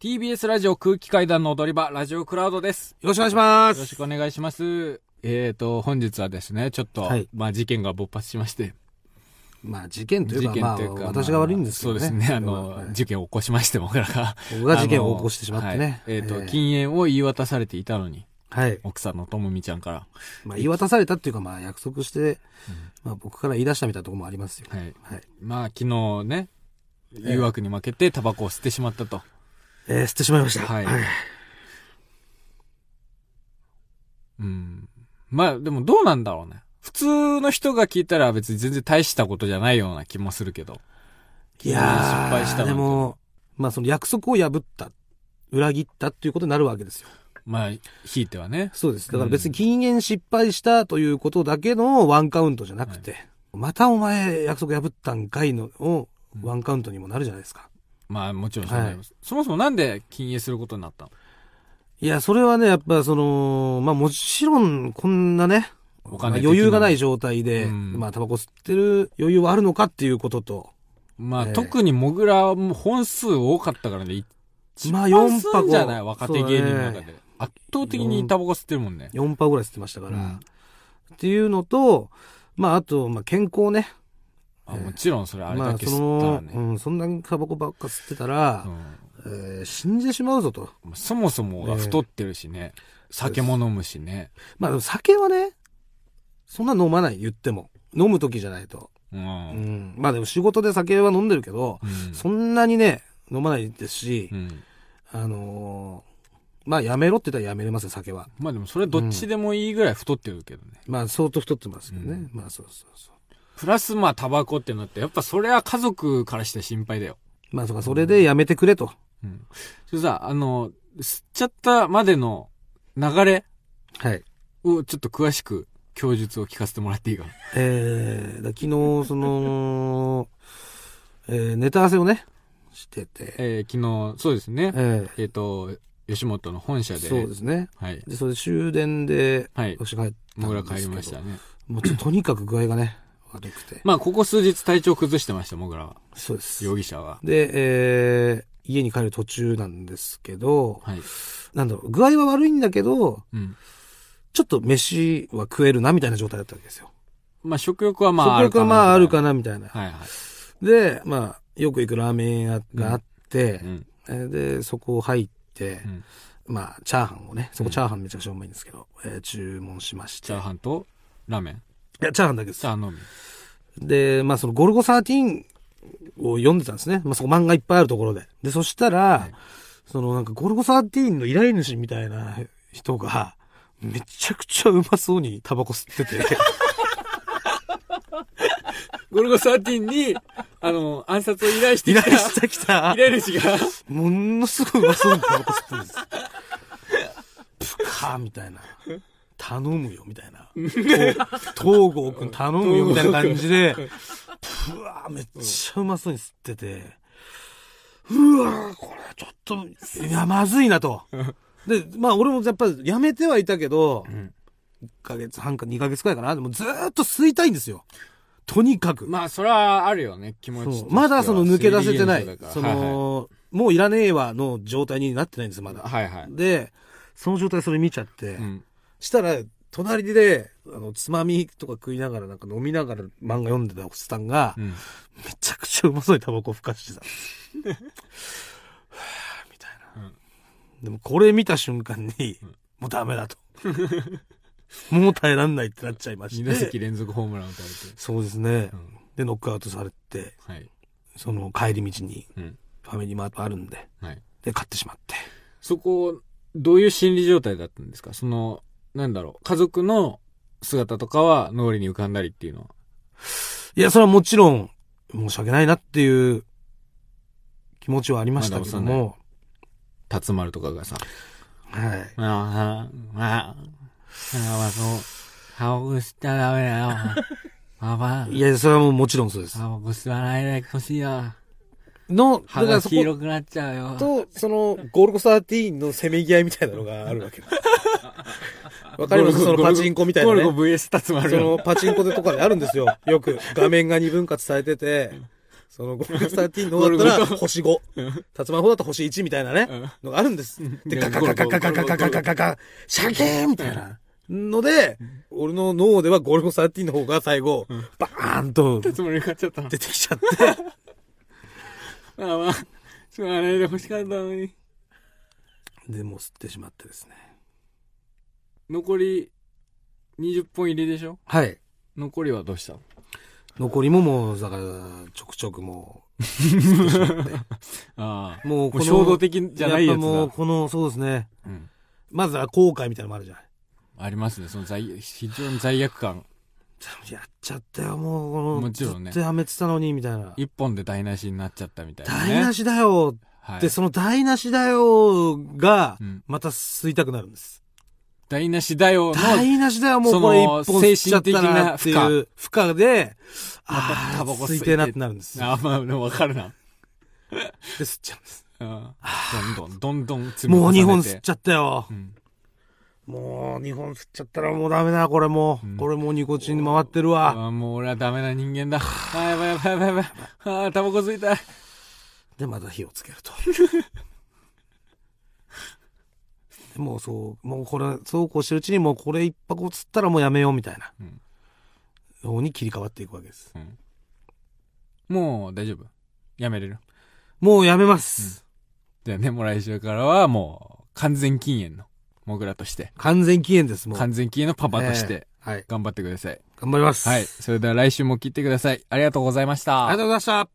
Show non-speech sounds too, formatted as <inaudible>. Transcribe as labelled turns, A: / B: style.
A: TBS ラジオ空気階段の踊り場、ラジオクラウドです。
B: よろしくお願いしま
A: よろしくお願いします。えーと、本日はですね、ちょっと、
B: はい
A: まあ事件が勃発しまして、
B: まあ事件とい
A: 事
B: え
A: 件
B: ば、まあ
A: というか、
B: 私が悪いんですけどね。
A: そうですね、あの、
B: はい
A: 事件を起こしまして、僕らが。
B: 僕が事件を起こしてしまってね
A: あのはいえーと、
B: ええ
A: 禁煙を言い渡されていたのに、
B: はい。
A: 奥さんのともみちゃんから。
B: まあ言い渡されたっていうか、まあ約束して、まあ僕から言い出したみたいなところもありますよ。
A: はい。
B: はい。
A: まあ、昨日ね、誘惑に負けてタバコを吸ってしまったと。
B: えー、捨てしまいました。
A: はいうん。まあ、でもどうなんだろうね。普通の人が聞いたら別に全然大したことじゃないような気もするけど。
B: いやー
A: 失敗したのと
B: でも、まあその約束を破った、裏切ったっていうことになるわけですよ。
A: まあ、ひいてはね。
B: そうです。だから別に禁煙失敗したということだけのワンカウントじゃなくて、またお前約束破ったんかいのをワンカウントにもなるじゃないですか。
A: まあ、もちろんそうなり
B: は
A: ます。そもそもなんで禁煙することになったの
B: いや、それはね、やっぱその、まあもちろん、こんなね、
A: お金
B: まあ
A: 的な
B: 余裕がない状態で、
A: うん
B: まあタバコ吸ってる余裕はあるのかっていうことと、
A: まあ、
B: ええ
A: 特にモグラはもう本数多かったからね。一
B: まあ
A: 番
B: 4
A: 吸
B: 箱
A: うんじゃない若手芸人の中
B: そう
A: で。圧倒的にタバコ吸ってるもんね。
B: 4パーぐらい吸ってましたから、
A: うん
B: っていうのと、まああと、まあ健康ね。
A: あもちろんそれあれ
B: ま
A: だ
B: あ
A: け
B: そ
A: 吸ったら
B: の、
A: ね。
B: うん、そんなにタバコばっか吸ってたら、えー死んでしまうぞと。
A: うんそもそもが太ってるしね。酒も飲むしね。
B: まあでも酒はね、そんな飲まない、言っても。飲む時じゃないと。
A: う。
B: うんん。まあでも仕事で酒は飲んでるけど、
A: うん
B: そんなにね、飲まないですし、
A: うん
B: あのーまあやめろって言ったらやめれますよ、酒は。
A: まあでもそれどっちでもいいぐらい太ってるけどね。
B: まあ相当太ってますけどね。
A: うん
B: まあそうそうそう。
A: プラスまあタバコってなって、やっぱそれは家族からして心配だよ。
B: まあそうか、それでやめてくれと。
A: うん。それさ、あの、吸っちゃったまでの流れ
B: はい。
A: をちょっと詳しく供述を聞かせてもらっていい
B: <laughs>
A: かな。
B: えー、だ昨日、その、えー、ネタ合わせをね、してて。
A: えー、昨日、そうですね。
B: え
A: えっ、と、吉本の本社
B: ー、
A: で。
B: そうですね。
A: はい。
B: で、それで終電で、
A: はい。
B: 私帰った
A: モグラ
B: んで
A: 帰り
B: す
A: まし
B: けど
A: た。ね。
B: もうちょっととにかく具合がね、悪くて。
A: まあ、ここ数日体調崩してました、モグラは。
B: そうです。
A: 容疑者は。
B: で、えー、家に帰る途中なんですけど、
A: はい。
B: なんだろう、具合は悪いんだけど、
A: うん。
B: ちょっと飯は食えるな、みたいな状態だったわけですよ。
A: まあ、食欲はまあ、
B: 食欲はまああるか
A: な。
B: な、みたいな。
A: はいはい。
B: で、まあ、よく行くラーメン屋があって
A: う、ん。
B: えーで、そこ入って、
A: うん
B: まあ、チャーハンをね、そこチャーハンめちゃくちゃうまいんですけど、えー注文しまして。
A: チャーハンとラーメン。
B: いや、チャーハンだけです
A: チャー。ハンのみ。
B: で、まあ、そのゴルゴ13を読んでたんですね。まあ、そこ漫画いっぱいあるところで。で、そしたら、
A: い
B: そのなんかゴルゴ13の依頼主みたいな <laughs> 人が、めちゃくちゃうまそうにタバコ吸って <laughs> て、
A: ゴルゴ13に、あの、暗殺を依頼して
B: 依
A: きた、
B: 頼
A: 依
B: して
A: <laughs> 頼主
B: きた、
A: が、
B: ものすごいうまそうにタバコ吸ってるんです。プカーみたいな。頼むよ、みたいな。東郷くん頼むよ、みたいな感じで、うわーめっちゃうまそうに吸ってて、うわーこれちょっと、いや、まずいなと。で、まあ俺もやっぱりやめてはいたけど、1ヶ月半か2ヶ月くらいかな。でもずーっと吸いたいんですよ。とにかく。
A: まあ、それはあるよね、気持ちとし
B: そ
A: て
B: う
A: は。
B: まだその抜け出せてない
A: 推理現象だか。ら
B: そ
A: はいはい
B: の、もういらねえわの状態になってないんです、まだ。
A: はいはい。
B: で、その状態それ見ちゃって、
A: うん。
B: したら、隣で、あの、つまみとか食いながら、なんか飲みながら漫画読んでたおっさんが、
A: うん。
B: めちゃくちゃうまそうにタバコふか <sighs> してた。はぁみたいな、
A: うん
B: でもこれ見た瞬間に、もうダメだと。 <laughs> もう耐えらんないってなっちゃいまし
A: 2打席
B: て。
A: 連続ホームラン打たれて。
B: そうですね、
A: うん
B: で、ノックアウトされて、
A: はい。
B: その帰り道に
A: うん。
B: ファミリーマートあるんで、
A: はい。
B: で、買ってしまって。
A: そこ、どういう心理状態だったんですかその、なんだろう、家族の姿とかは脳裏に浮かんだりっていうのは。
B: いや、それはもちろん、申し訳ないなっていう気持ちはありましたけども、
A: 辰丸とかがさ、
B: はい。
A: ああ、ああ、ああ、そう、タバコ吸ったらダメだよ。パパ、
B: いや、それはもうもちろんそうです。
A: タバコ吸わないでほしいよ。
B: の、
A: 歯が黄
B: そ
A: 色くなっちゃうよ。
B: と、その、ゴルゴ13のせめぎ合いみたいなのがあるわ
A: <laughs>
B: け。わかりますそのパチンコみたいな
A: ゴルゴ
B: ね。
A: VS タツマ
B: そ
A: ル。
B: の、パチンコでとかであるんですよ。よく、画面が二分割されてて、そのゴルゴスタティーノだったら星5。
A: <laughs>
B: 達摩法だったら星1みたいなね、のがあるんです。で、
A: うん
B: カカカカカカカカカカカカ、シャキーンみたいな。ので、俺の脳ではゴルゴサティの方が最後、バーンと
A: つもり買っちゃったの。
B: 出てきちゃって、
A: ああまあ、つまらないで欲しかったのに。
B: で、もう吸ってしまってですね。
A: 残り20本入りでしょ
B: はい。
A: 残りはどうしたの
B: 残りももう、だから、ちょくちょくもう、吸ってしまって
A: ああ。
B: も
A: も
B: う
A: う
B: この、
A: 衝動的じゃないやつ
B: っぱ
A: だ。
B: もうこの、そうですね。
A: うん。
B: まずは後悔みたいなのもあるじゃない。
A: ありますね。その罪、非常に罪悪感。
B: やっちゃったよ、もう、この、
A: もちろんね
B: ずっとやめてたのに、みたいな。
A: 一本で台無しになっちゃったみたいな、ね。
B: 台無
A: し
B: しだよ
A: は
B: で、
A: い。
B: その台無しだよが
A: う、ん
B: また吸いたくなるんです。
A: 台無しだよの、
B: 台無しだよ、もうこれ一本
A: その
B: 吸っちゃったなって
A: 精神的
B: い
A: な
B: う負荷で、
A: また
B: あ
A: タ
B: あ
A: バコ吸
B: ー、吸
A: い
B: い
A: て
B: てえなってなるんです。で、
A: あ、まあ、でもわかるな。
B: 吸っちゃうんです。
A: うんどんどん、どんどん積み
B: も
A: 重
B: う
A: ねて。
B: 二本吸っちゃったよ
A: う。ん
B: もう二本吸っちゃったらもうダメだ、これも
A: うん
B: う。これもうニコチン回ってるわ。
A: あもう俺はダメな人間だ。あーやばいやばいやばいやばい。あータバコ吸いたい。
B: で、また火をつけると。 <laughs> でもうそう、もうこれ、そうこうしてるうちにもうこれ一箱吸ったらもうやめようみたいな
A: うん。
B: 方に切り替わっていくわけです。
A: うんもう大丈夫。やめれる。
B: もうやめます。
A: じゃあね、もう来週からはもう完全禁煙のモグラとして、
B: 完全禁煙です、もう。
A: 完全禁煙のパパとして
B: ええはい。
A: 頑張ってください。
B: 頑張ります。
A: はい。それでは来週も聞いてください。ありがとうございました。
B: ありがとうございました。